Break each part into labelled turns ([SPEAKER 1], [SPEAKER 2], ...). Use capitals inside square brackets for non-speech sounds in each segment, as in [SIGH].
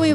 [SPEAKER 1] 位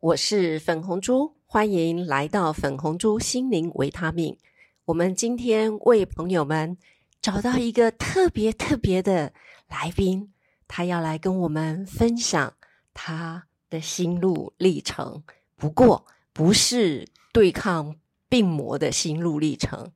[SPEAKER 1] 我是粉红猪，欢迎来到粉红猪心灵维他命。我们今天为朋友们。找到一个特别特别的来宾，他要来跟我们分享他的心路历程。不过，不是对抗病魔的心路历程。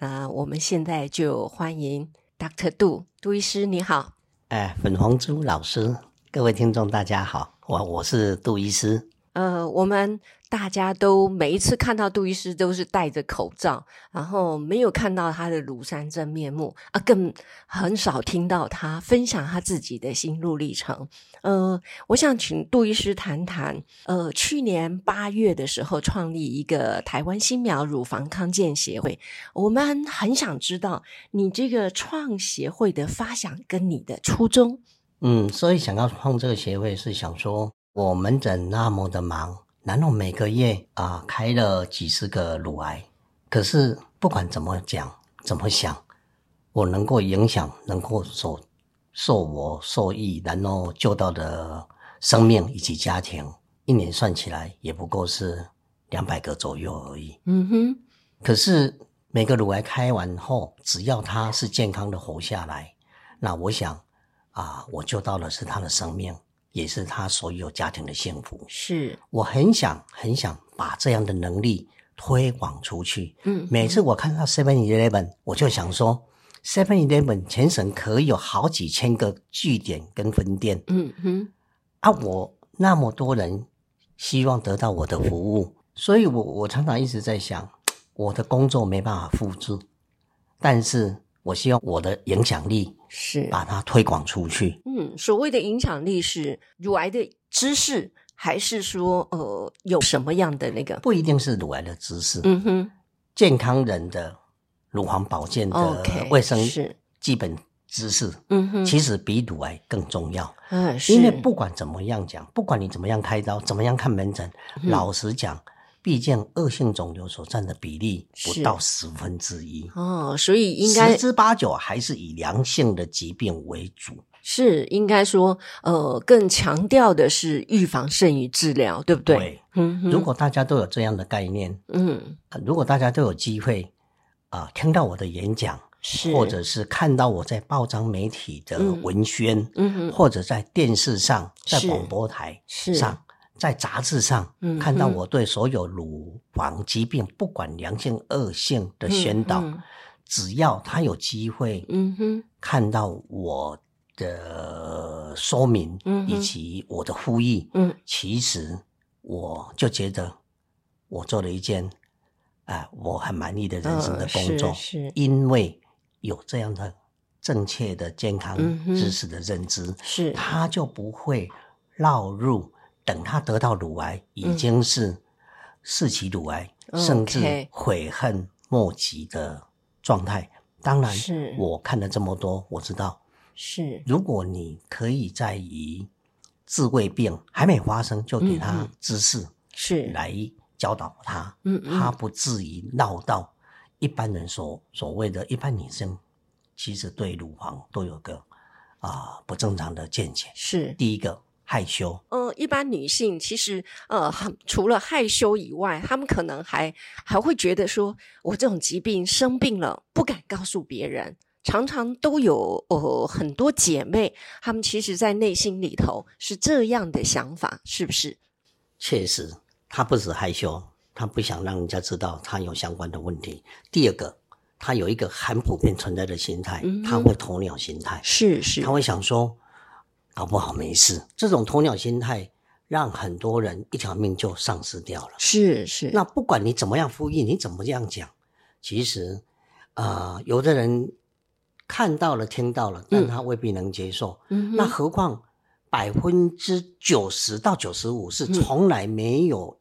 [SPEAKER 1] 那我们现在就欢迎 Dr. 杜杜医师，你好。
[SPEAKER 2] 哎，粉红猪老师，各位听众大家好，我我是杜医师。
[SPEAKER 1] 呃，我们大家都每一次看到杜医师都是戴着口罩，然后没有看到他的庐山真面目啊，更很少听到他分享他自己的心路历程。呃，我想请杜医师谈谈，呃，去年八月的时候创立一个台湾新苗乳房康健协会，我们很想知道你这个创协会的发想跟你的初衷。
[SPEAKER 2] 嗯，所以想要创这个协会是想说。我门诊那么的忙，然后每个月啊、呃、开了几十个乳癌，可是不管怎么讲、怎么想，我能够影响、能够所受我受益，然后救到的生命以及家庭，一年算起来也不过是两百个左右而已。
[SPEAKER 1] 嗯哼，
[SPEAKER 2] 可是每个乳癌开完后，只要他是健康的活下来，那我想啊、呃，我救到的是他的生命。也是他所有家庭的幸福。
[SPEAKER 1] 是
[SPEAKER 2] 我很想很想把这样的能力推广出去。
[SPEAKER 1] 嗯，
[SPEAKER 2] 每次我看到 Seven Eleven，我就想说，Seven Eleven 全省可以有好几千个据点跟分店。
[SPEAKER 1] 嗯哼，
[SPEAKER 2] 啊，我那么多人希望得到我的服务，所以我我常常一直在想，我的工作没办法复制，但是。我希望我的影响力
[SPEAKER 1] 是
[SPEAKER 2] 把它推广出去。
[SPEAKER 1] 嗯，所谓的影响力是乳癌的知识，还是说呃有什么样的那个？
[SPEAKER 2] 不一定是乳癌的知识。
[SPEAKER 1] 嗯哼，
[SPEAKER 2] 健康人的乳房保健的
[SPEAKER 1] OK，
[SPEAKER 2] 卫生
[SPEAKER 1] 是
[SPEAKER 2] 基本知识，
[SPEAKER 1] 嗯哼，
[SPEAKER 2] 其实比乳癌更重要。
[SPEAKER 1] 嗯，是
[SPEAKER 2] 因为不管怎么样讲，不管你怎么样开刀，怎么样看门诊，
[SPEAKER 1] 嗯
[SPEAKER 2] 老实讲，毕竟恶性肿瘤所占的比例
[SPEAKER 1] 是
[SPEAKER 2] 不到十分之一。
[SPEAKER 1] 哦，所以应该
[SPEAKER 2] 十之八九还是以良性的疾病为主。
[SPEAKER 1] 是应该说呃更强调的是预防胜于治疗，对不对？
[SPEAKER 2] 对
[SPEAKER 1] 嗯哼，
[SPEAKER 2] 如果大家都有这样的概念，
[SPEAKER 1] 嗯
[SPEAKER 2] 呃如果大家都有机会啊、听到我的演讲，
[SPEAKER 1] 是
[SPEAKER 2] 或者是看到我在报章媒体的
[SPEAKER 1] 嗯
[SPEAKER 2] 文宣，
[SPEAKER 1] 嗯哼
[SPEAKER 2] 或者在电视上、在
[SPEAKER 1] 是
[SPEAKER 2] 广播台
[SPEAKER 1] 是
[SPEAKER 2] 上、在杂志上、
[SPEAKER 1] 嗯
[SPEAKER 2] 看到
[SPEAKER 1] 哼
[SPEAKER 2] 我对所有乳房疾病，不管良性、恶性的宣导，
[SPEAKER 1] 嗯
[SPEAKER 2] 只要他有机会
[SPEAKER 1] 嗯哼
[SPEAKER 2] 看到我的说明、
[SPEAKER 1] 嗯哼
[SPEAKER 2] 以及我的呼吁，
[SPEAKER 1] 嗯
[SPEAKER 2] 其实我就觉得我做了一件啊、我很满意的人生的工作，
[SPEAKER 1] 嗯是是
[SPEAKER 2] 因为有这样的正确的健康
[SPEAKER 1] 嗯哼
[SPEAKER 2] 知识的认知，
[SPEAKER 1] 是
[SPEAKER 2] 他就不会落入等他得到乳癌已经是四期乳癌，
[SPEAKER 1] 嗯
[SPEAKER 2] 甚至
[SPEAKER 1] OK
[SPEAKER 2] 悔恨莫及的状态。当然
[SPEAKER 1] 是，
[SPEAKER 2] 我看了这么多，我知道
[SPEAKER 1] 是
[SPEAKER 2] 如果你可以在于治未病还没发生，就给
[SPEAKER 1] 嗯
[SPEAKER 2] 他
[SPEAKER 1] 嗯
[SPEAKER 2] 知识
[SPEAKER 1] 是
[SPEAKER 2] 来教导他，
[SPEAKER 1] 嗯嗯
[SPEAKER 2] 他不至于闹到一般人所所谓的一般女生，其实对乳房都有个啊、不正常的见解。
[SPEAKER 1] 是
[SPEAKER 2] 第一个害羞，
[SPEAKER 1] 呃，一般女性其实呃，很除了害羞以外，她们可能还还会觉得说，我这种疾病生病了不敢告诉别人。常常都有呃很多姐妹，她们其实，在内心里头是这样的想法，是不是？
[SPEAKER 2] 确实，他不止害羞，他不想让人家知道他有相关的问题。第二个，他有一个很普遍存在的心态，
[SPEAKER 1] 嗯哼
[SPEAKER 2] 他会鸵鸟心态。
[SPEAKER 1] 是是
[SPEAKER 2] 他会想说，搞不好没事。这种鸵鸟心态，让很多人一条命就丧失掉了。
[SPEAKER 1] 是是，
[SPEAKER 2] 那不管你怎么样呼吁，你怎么样讲，其实，呃，有的人看到了、听到了，但他未必能接受。
[SPEAKER 1] 嗯
[SPEAKER 2] 那
[SPEAKER 1] 哼
[SPEAKER 2] 何
[SPEAKER 1] 嗯
[SPEAKER 2] 况百分之九十到九十五是从来没有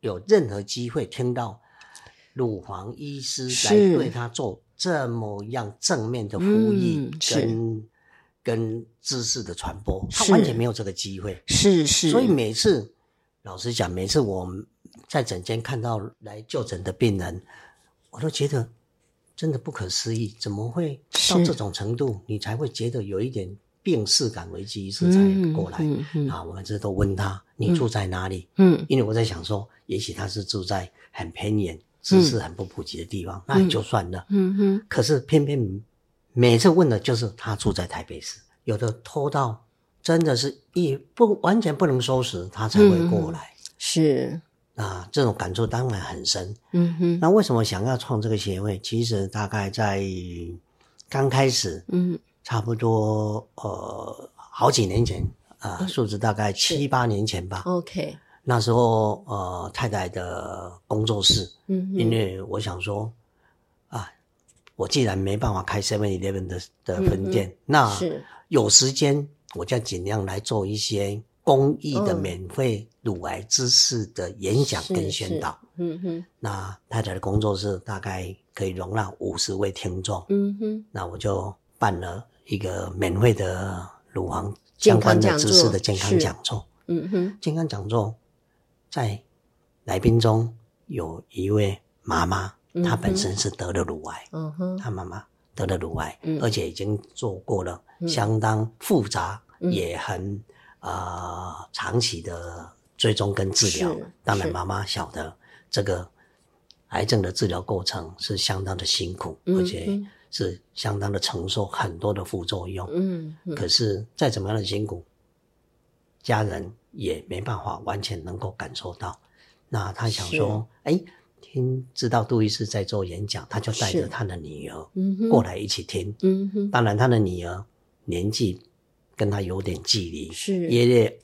[SPEAKER 2] 有任何机会听到乳房医师
[SPEAKER 1] 是
[SPEAKER 2] 来对他做这么样正面的呼吁
[SPEAKER 1] 嗯是
[SPEAKER 2] 跟、跟知识的传播，他
[SPEAKER 1] 是
[SPEAKER 2] 完全没有这个机会。
[SPEAKER 1] 是是，
[SPEAKER 2] 所以每次，老实讲，每次我们在诊间看到来就诊的病人，我都觉得真的不可思议，怎么会到
[SPEAKER 1] 是
[SPEAKER 2] 这种程度，你才会觉得有一点病逝感、危机意识才
[SPEAKER 1] 嗯
[SPEAKER 2] 过来、
[SPEAKER 1] 嗯嗯
[SPEAKER 2] 啊？我们这都问他，你住在哪里？
[SPEAKER 1] 嗯
[SPEAKER 2] 因为我在想说，也许他是住在很偏远、知识很不普及的地方，那也就算了。
[SPEAKER 1] 嗯哼，
[SPEAKER 2] 可是偏偏每次问的就是他住在台北市，有的拖到真的是一不完全不能收拾，他才会过来。
[SPEAKER 1] 嗯是，
[SPEAKER 2] 啊，这种感触当然很深。
[SPEAKER 1] 嗯哼，
[SPEAKER 2] 那为什么想要创这个协会？其实大概在刚开始，
[SPEAKER 1] 嗯
[SPEAKER 2] 差不多呃好几年前啊，数字大概七八年前吧。
[SPEAKER 1] ，OK，
[SPEAKER 2] 那时候呃太太的工作室，
[SPEAKER 1] 嗯哼，
[SPEAKER 2] 因为我想说，啊，我既然没办法开 Seven Eleven 的的分店，那
[SPEAKER 1] 嗯是
[SPEAKER 2] 有时间我就尽量来做一些公益的
[SPEAKER 1] 嗯
[SPEAKER 2] 免费乳癌知识的演讲跟
[SPEAKER 1] 是
[SPEAKER 2] 宣
[SPEAKER 1] 是
[SPEAKER 2] 导。
[SPEAKER 1] 嗯哼，
[SPEAKER 2] 那太太的工作室大概可以容纳五十位听众，
[SPEAKER 1] 嗯哼，
[SPEAKER 2] 那我就办了一个免费的乳房
[SPEAKER 1] 健
[SPEAKER 2] 相
[SPEAKER 1] 康
[SPEAKER 2] 关
[SPEAKER 1] 讲
[SPEAKER 2] 的
[SPEAKER 1] 座
[SPEAKER 2] 知识的健康
[SPEAKER 1] 是
[SPEAKER 2] 讲座。
[SPEAKER 1] 嗯哼，
[SPEAKER 2] 健康讲座在来宾中有一位妈妈，
[SPEAKER 1] 嗯哼
[SPEAKER 2] 她本身是得了乳癌，
[SPEAKER 1] 嗯哼，
[SPEAKER 2] 她妈妈得了乳癌，
[SPEAKER 1] 嗯
[SPEAKER 2] 而且已经做过了
[SPEAKER 1] 嗯
[SPEAKER 2] 相当复杂、
[SPEAKER 1] 嗯
[SPEAKER 2] 也很呃长期的追踪跟治疗
[SPEAKER 1] 是。
[SPEAKER 2] 当然，
[SPEAKER 1] 是
[SPEAKER 2] 妈妈晓得这个癌症的治疗过程是相当的辛苦，
[SPEAKER 1] 嗯
[SPEAKER 2] 而且
[SPEAKER 1] 嗯
[SPEAKER 2] 是相当的承受很多的副作用。
[SPEAKER 1] 嗯哼，
[SPEAKER 2] 可是再怎么样的辛苦，家人也没办法完全能够感受到。那他想说，哎，听知道杜医师在做演讲，他就带
[SPEAKER 1] 是
[SPEAKER 2] 着他的女儿
[SPEAKER 1] 嗯哼，
[SPEAKER 2] 过，来一起听。
[SPEAKER 1] 嗯哼，
[SPEAKER 2] 当然，他的女儿年纪跟他有点距离，
[SPEAKER 1] 是，
[SPEAKER 2] 爷爷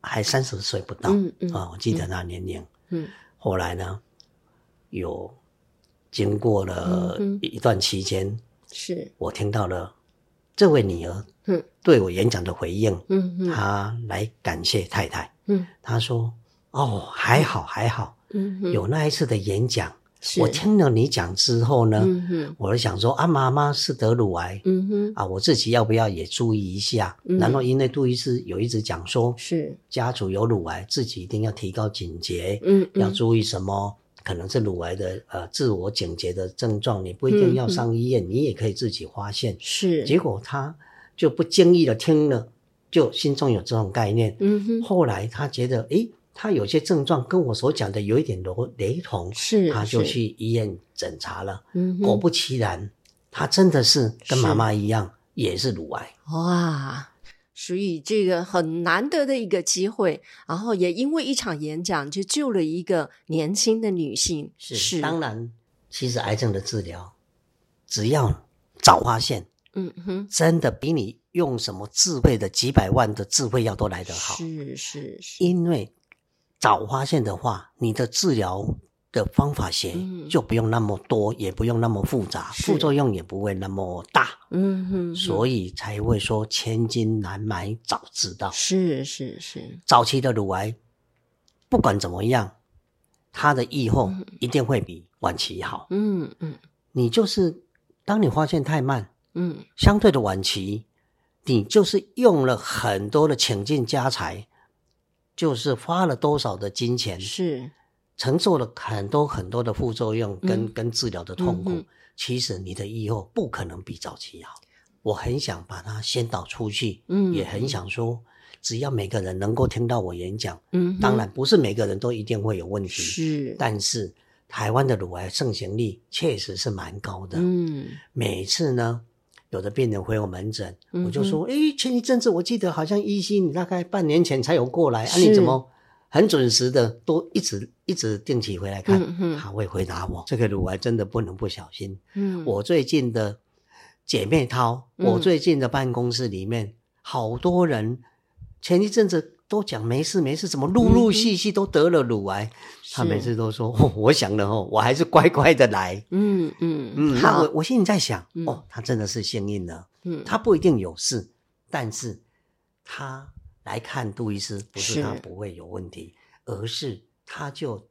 [SPEAKER 2] 还三十岁不到啊、
[SPEAKER 1] 嗯嗯
[SPEAKER 2] 我记得那年龄。
[SPEAKER 1] 嗯
[SPEAKER 2] 后来呢，有经过了
[SPEAKER 1] 嗯哼
[SPEAKER 2] 一段期间，
[SPEAKER 1] 是，
[SPEAKER 2] 我听到了这位女儿
[SPEAKER 1] 嗯
[SPEAKER 2] 对我演讲的回应，
[SPEAKER 1] 嗯哼，
[SPEAKER 2] 她来感谢太太。
[SPEAKER 1] 嗯
[SPEAKER 2] 她说：“哦，还好还好，
[SPEAKER 1] 嗯哼，
[SPEAKER 2] 有那一次的演讲，
[SPEAKER 1] 是，
[SPEAKER 2] 我听了你讲之后呢，
[SPEAKER 1] 嗯哼，
[SPEAKER 2] 我就想说啊，妈妈是得乳癌、
[SPEAKER 1] 嗯哼，
[SPEAKER 2] 啊，我自己要不要也注意一下？
[SPEAKER 1] 嗯
[SPEAKER 2] 然后因为杜医师有一直讲说，
[SPEAKER 1] 是，
[SPEAKER 2] 家族有乳癌，自己一定要提高警觉，
[SPEAKER 1] 嗯
[SPEAKER 2] 要
[SPEAKER 1] 嗯，
[SPEAKER 2] 注意什么？”可能是乳癌的呃自我警觉的症状，你不一
[SPEAKER 1] 嗯
[SPEAKER 2] 定要
[SPEAKER 1] 嗯
[SPEAKER 2] 上医院，你也可以自己发现。
[SPEAKER 1] 是，
[SPEAKER 2] 结果他就不经意的听了，就心中有这种概念。
[SPEAKER 1] 嗯哼，
[SPEAKER 2] 后来他觉得，诶，他有些症状跟我所讲的有一点雷雷同，
[SPEAKER 1] 是，，
[SPEAKER 2] 他就是去医院检查了。
[SPEAKER 1] 嗯
[SPEAKER 2] 果
[SPEAKER 1] 哼，
[SPEAKER 2] 不其然，他真的是跟
[SPEAKER 1] 是
[SPEAKER 2] 妈妈一样，也是乳癌。
[SPEAKER 1] 哇。所以这个很难得的一个机会，然后也因为一场演讲就救了一个年轻的女性，是，
[SPEAKER 2] 当然，其实癌症的治疗，只要早发现，
[SPEAKER 1] 嗯哼，
[SPEAKER 2] 真的比你用什么智慧的几百万的智慧药都来得好。
[SPEAKER 1] 是是是，
[SPEAKER 2] 因为早发现的话，你的治疗的方法学
[SPEAKER 1] 嗯
[SPEAKER 2] 就不用那么多，也不用那么复杂，
[SPEAKER 1] 是
[SPEAKER 2] 副作用也不会那么大，
[SPEAKER 1] 嗯哼，
[SPEAKER 2] 所以才会说千金难买早知道。
[SPEAKER 1] 是是是，
[SPEAKER 2] 早期的乳癌，不管怎么样，它的预后
[SPEAKER 1] 嗯
[SPEAKER 2] 一定会比晚期好。
[SPEAKER 1] 嗯嗯
[SPEAKER 2] 你就是当你发现太慢，
[SPEAKER 1] 嗯，
[SPEAKER 2] 相对的晚期，你就是用了很多的倾尽家财，就是花了多少的金钱，
[SPEAKER 1] 是，
[SPEAKER 2] 承受了很多很多的副作用跟、
[SPEAKER 1] 嗯
[SPEAKER 2] 跟治疗的痛苦。
[SPEAKER 1] 嗯哼
[SPEAKER 2] 其实你的以后不可能比早期好。我很想把它先导出去，
[SPEAKER 1] 嗯
[SPEAKER 2] 也很想说，只要每个人能够听到我演讲，
[SPEAKER 1] 嗯哼，
[SPEAKER 2] 当然不是每个人都一定会有问题，
[SPEAKER 1] 是，
[SPEAKER 2] 但是台湾的乳癌盛行率确实是蛮高的。
[SPEAKER 1] 嗯
[SPEAKER 2] 每次呢，有的病人回我门诊，
[SPEAKER 1] 嗯哼
[SPEAKER 2] 我就说：“诶，前一阵子我记得好像依稀你大概半年前才有过来，啊，
[SPEAKER 1] 是
[SPEAKER 2] 你怎么很准时的都一直一直定期回来看？”
[SPEAKER 1] 嗯哼
[SPEAKER 2] 他会回答我：“这个乳癌真的不能不小心。
[SPEAKER 1] 嗯，
[SPEAKER 2] 我最近的姐妹淘，
[SPEAKER 1] 嗯
[SPEAKER 2] 我最近的办公室里面，好多人前一阵子。”都讲没事没事，怎么陆陆续续都得了乳
[SPEAKER 1] 嗯
[SPEAKER 2] 癌？他
[SPEAKER 1] 是
[SPEAKER 2] 每次都说、哦我想了哦，我还是乖乖的来。
[SPEAKER 1] 嗯嗯
[SPEAKER 2] 嗯，那
[SPEAKER 1] 好
[SPEAKER 2] 我，我心里在想，
[SPEAKER 1] 嗯
[SPEAKER 2] 哦，他真的是幸运了，
[SPEAKER 1] 嗯
[SPEAKER 2] 他不一定有事，但是他来看杜医师，不
[SPEAKER 1] 是
[SPEAKER 2] 是他不会有问题，而是他就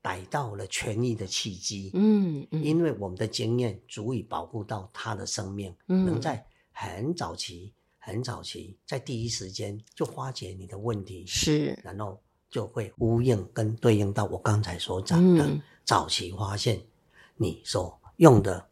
[SPEAKER 2] 逮到了权益的契机。
[SPEAKER 1] 嗯嗯
[SPEAKER 2] 因为我们的经验足以保护到他的生命，
[SPEAKER 1] 嗯
[SPEAKER 2] 能在很早期、很早期，在第一时间就化解你的问题，
[SPEAKER 1] 是
[SPEAKER 2] 然后就会呼应跟对应到我刚才所讲的、
[SPEAKER 1] 嗯
[SPEAKER 2] 早期发现，你所用的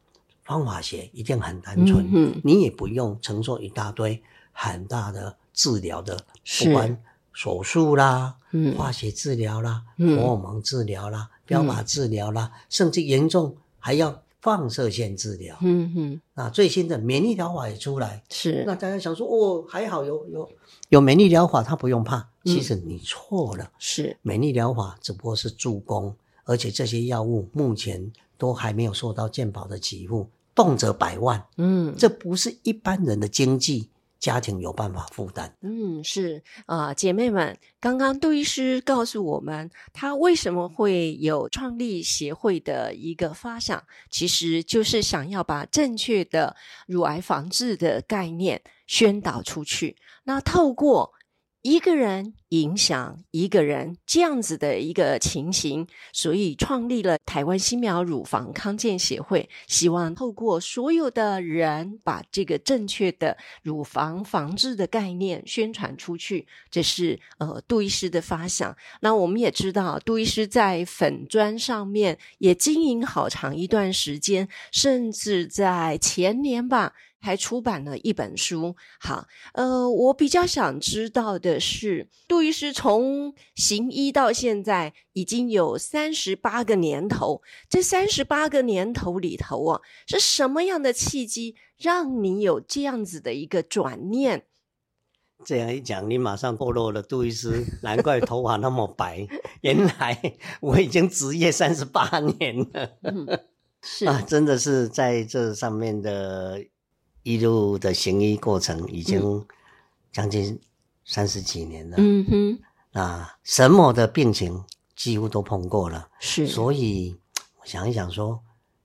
[SPEAKER 2] 方法学一定很单纯，
[SPEAKER 1] 嗯哼
[SPEAKER 2] 你也不用承受一大堆很大的治疗的，
[SPEAKER 1] 是
[SPEAKER 2] 不管手术啦、
[SPEAKER 1] 嗯
[SPEAKER 2] 化学治疗啦、
[SPEAKER 1] 嗯
[SPEAKER 2] 荷尔蒙治疗啦、标靶治疗啦，甚至严重还要放射线治疗。
[SPEAKER 1] 嗯嗯
[SPEAKER 2] 那最新的免疫疗法也出来，
[SPEAKER 1] 是
[SPEAKER 2] 那大家想说哦，还好有有有免疫疗法，他不用怕。
[SPEAKER 1] 嗯
[SPEAKER 2] 其实你错了，
[SPEAKER 1] 是
[SPEAKER 2] 免疫疗法只不过是助攻，而且这些药物目前都还没有受到健保的给付，动辄百万，
[SPEAKER 1] 嗯
[SPEAKER 2] 这不是一般人的经济家庭有办法负担。
[SPEAKER 1] 嗯，是啊、呃姐妹们，刚刚杜医师告诉我们，他为什么会有创立协会的一个发想，其实就是想要把正确的乳癌防治的概念宣导出去。那透过一个人影响一个人这样子的一个情形，所以创立了台湾新苗乳房康健协会，希望透过所有的人把这个正确的乳房防治的概念宣传出去，这是呃杜医师的发想。那我们也知道，杜医师在粉砖上面也经营好长一段时间，甚至在前年吧。还出版了一本书，好，呃，我比较想知道的是，杜医师从行医到现在已经有三十八个年头，这三十八个年头里头啊，是什么样的契机让你有这样子的一个转
[SPEAKER 2] [LAUGHS]
[SPEAKER 1] 念？
[SPEAKER 2] 这样一讲，你马上透露了杜医师，难怪头发那么白。 [LAUGHS] 原来我已经职业三十八年了
[SPEAKER 1] 嗯是
[SPEAKER 2] 啊，真的是在这上面的一路的行医过程，已经将近三十几年了。
[SPEAKER 1] 嗯哼，
[SPEAKER 2] 啊，什么的病情几乎都碰过了，
[SPEAKER 1] 是
[SPEAKER 2] 所以我想一想说，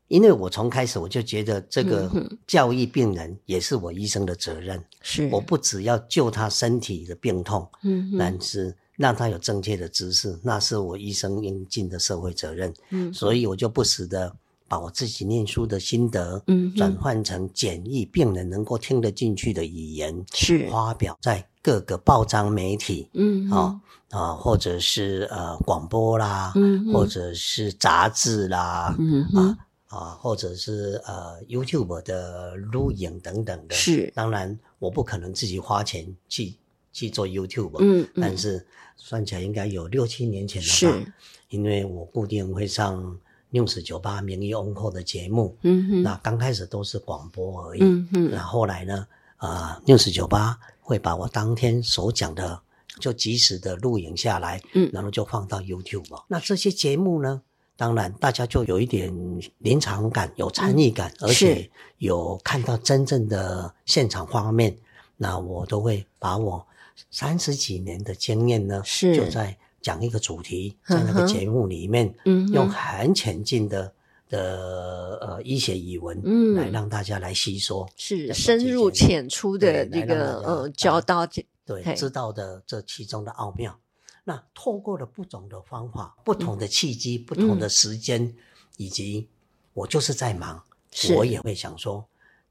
[SPEAKER 2] 因为我从开始我就觉得这个
[SPEAKER 1] 嗯哼
[SPEAKER 2] 教育病人也是我医生的责任，
[SPEAKER 1] 是
[SPEAKER 2] 我不只要救他身体的病痛。
[SPEAKER 1] 嗯哼
[SPEAKER 2] 但是让他有正确的知识，那是我一生应尽的社会责任。
[SPEAKER 1] 嗯
[SPEAKER 2] 所以我就不时的把我自己念书的心得，
[SPEAKER 1] 嗯哼
[SPEAKER 2] 转换成简易病人能够听得进去的语言，
[SPEAKER 1] 是
[SPEAKER 2] 发表在各个报章媒体
[SPEAKER 1] 嗯哼
[SPEAKER 2] 啊啊、或者是呃广播啦，
[SPEAKER 1] 嗯哼
[SPEAKER 2] 或者是杂志啦。
[SPEAKER 1] 嗯哼
[SPEAKER 2] 啊，或者是呃 YouTube 的录影等等的，
[SPEAKER 1] 是
[SPEAKER 2] 当然我不可能自己花钱去去做 YouTube，
[SPEAKER 1] 嗯嗯
[SPEAKER 2] 但是算起来应该有六七年前了吧
[SPEAKER 1] 是。
[SPEAKER 2] 因为我固定会上 News 九八名医 on call 的节目，
[SPEAKER 1] 嗯哼
[SPEAKER 2] 那刚开始都是广播而已。
[SPEAKER 1] 嗯哼
[SPEAKER 2] 那后来呢，啊、呃、，News 九八会把我当天所讲的就及时的录影下来，
[SPEAKER 1] 嗯
[SPEAKER 2] 然后就放到 YouTube。那哦这些节目呢，当然大家就有一点临场感，有参与感，而且
[SPEAKER 1] 嗯是
[SPEAKER 2] 有看到真正的现场画面。那我都会把我三十几年的经验呢，
[SPEAKER 1] 是
[SPEAKER 2] 就在讲一个主题，在那个
[SPEAKER 1] 嗯哼
[SPEAKER 2] 节目里面，
[SPEAKER 1] 嗯哼
[SPEAKER 2] 用很前进的的呃医学语文，
[SPEAKER 1] 嗯
[SPEAKER 2] 来让大家来吸收。
[SPEAKER 1] 是
[SPEAKER 2] 要做
[SPEAKER 1] 深
[SPEAKER 2] 这
[SPEAKER 1] 入
[SPEAKER 2] 件
[SPEAKER 1] 浅出的这
[SPEAKER 2] 对来
[SPEAKER 1] 个
[SPEAKER 2] 让大家
[SPEAKER 1] 呃教导这嘿
[SPEAKER 2] 对，知道的这其中的奥妙。那透过了不同的方法、不同
[SPEAKER 1] 嗯
[SPEAKER 2] 的契机、不同的时间，以及我就是在忙
[SPEAKER 1] 是，
[SPEAKER 2] 我也会想说，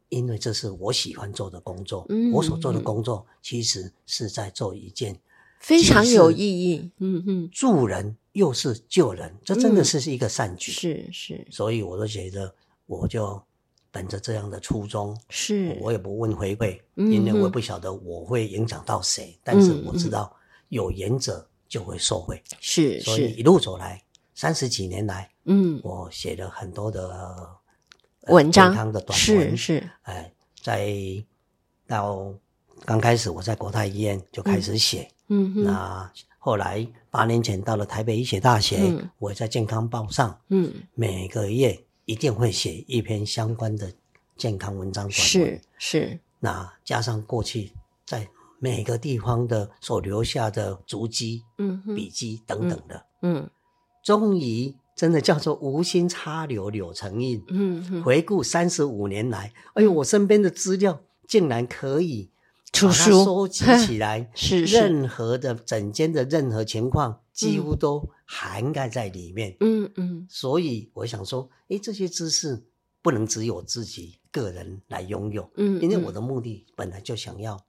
[SPEAKER 2] 因为这是我喜欢做的工作，
[SPEAKER 1] 嗯
[SPEAKER 2] 我所做的
[SPEAKER 1] 嗯
[SPEAKER 2] 工作其实是在做一件
[SPEAKER 1] 非常有意
[SPEAKER 2] 其实
[SPEAKER 1] 义。嗯哼，
[SPEAKER 2] 助人又是救人，这真的
[SPEAKER 1] 嗯
[SPEAKER 2] 是是一个善举。
[SPEAKER 1] 是是
[SPEAKER 2] 所以我都觉得，我就本着这样的初衷，
[SPEAKER 1] 是，
[SPEAKER 2] 我也不问回馈，
[SPEAKER 1] 嗯
[SPEAKER 2] 因为我也
[SPEAKER 1] 哼
[SPEAKER 2] 不晓得我会影响到谁，但是
[SPEAKER 1] 嗯
[SPEAKER 2] 我知道有言者就会受惠，
[SPEAKER 1] 是
[SPEAKER 2] 所以一
[SPEAKER 1] 是
[SPEAKER 2] 路走来，三十几年来，
[SPEAKER 1] 嗯
[SPEAKER 2] 我写了很多的、呃
[SPEAKER 1] 文
[SPEAKER 2] 健康
[SPEAKER 1] 章
[SPEAKER 2] 的短
[SPEAKER 1] 是
[SPEAKER 2] 文，
[SPEAKER 1] 是
[SPEAKER 2] 哎，在到刚开始我在国泰医院就开始写，
[SPEAKER 1] 嗯哼
[SPEAKER 2] 那后来八年前到了台北医学大学，
[SPEAKER 1] 嗯
[SPEAKER 2] 我在健康报上
[SPEAKER 1] 嗯
[SPEAKER 2] 每个月一定会写一篇相关的健康文章短文。
[SPEAKER 1] 是是
[SPEAKER 2] 那加上过去在每个地方的所留下的足迹、
[SPEAKER 1] 嗯哼
[SPEAKER 2] 笔记等等的，
[SPEAKER 1] 嗯
[SPEAKER 2] 终于真的叫做无心插柳柳成荫。
[SPEAKER 1] 嗯哼
[SPEAKER 2] 回顾三十五年来，哎呦，我身边的资料竟然可以
[SPEAKER 1] 出
[SPEAKER 2] 把它
[SPEAKER 1] 书
[SPEAKER 2] 收集起来
[SPEAKER 1] [LAUGHS] ，是是
[SPEAKER 2] 任何的整间的任何情况几乎都涵盖在里面。
[SPEAKER 1] 嗯嗯，
[SPEAKER 2] 所以我想说，诶，这些知识不能只有自己个人来拥有，
[SPEAKER 1] 嗯，
[SPEAKER 2] 因为我
[SPEAKER 1] 嗯
[SPEAKER 2] 的目的本来就想要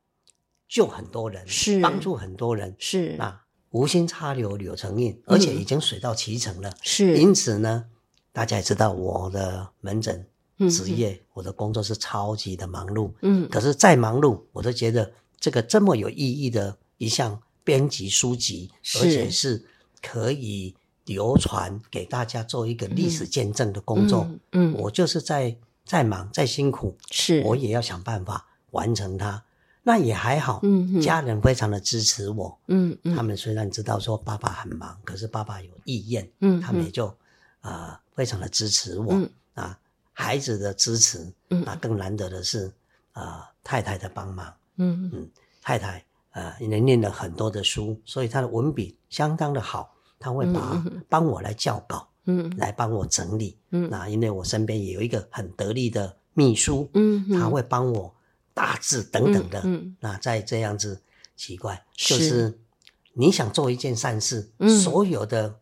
[SPEAKER 2] 救很多人，
[SPEAKER 1] 是
[SPEAKER 2] 帮助很多人，
[SPEAKER 1] 是
[SPEAKER 2] 啊，无心插柳柳成荫，而且已经水到渠成了。
[SPEAKER 1] 嗯是
[SPEAKER 2] 因此呢，大家也知道我的门诊
[SPEAKER 1] 嗯
[SPEAKER 2] 职业，我的工作是超级的忙碌。
[SPEAKER 1] 嗯
[SPEAKER 2] 可是再忙碌，我都觉得这个这么有意义的一项编辑书籍，
[SPEAKER 1] 是
[SPEAKER 2] 而且是可以流传给大家做一个历史见证的工作。
[SPEAKER 1] 嗯嗯
[SPEAKER 2] 我就是在再忙再辛苦，
[SPEAKER 1] 是
[SPEAKER 2] 我也要想办法完成它。那也还好，
[SPEAKER 1] 嗯哼
[SPEAKER 2] 家人非常的支持我。
[SPEAKER 1] 嗯嗯
[SPEAKER 2] 他们虽然知道说爸爸很忙，可是爸爸有意愿，
[SPEAKER 1] 嗯
[SPEAKER 2] 他们也就呃非常的支持我、
[SPEAKER 1] 嗯
[SPEAKER 2] 啊，孩子的支持，
[SPEAKER 1] 嗯
[SPEAKER 2] 那更难得的是呃太太的帮忙，
[SPEAKER 1] 嗯嗯
[SPEAKER 2] 太太呃也念了很多的书，所以她的文笔相当的好，她会把
[SPEAKER 1] 嗯嗯
[SPEAKER 2] 帮我来校稿，
[SPEAKER 1] 嗯
[SPEAKER 2] 来帮我整理。
[SPEAKER 1] 嗯
[SPEAKER 2] 那因为我身边也有一个很得力的秘书，
[SPEAKER 1] 嗯嗯
[SPEAKER 2] 他会帮我大致等等的，
[SPEAKER 1] 嗯
[SPEAKER 2] 那再这样子奇怪，
[SPEAKER 1] 是
[SPEAKER 2] 就是你想做一件善事，
[SPEAKER 1] 嗯
[SPEAKER 2] 所有的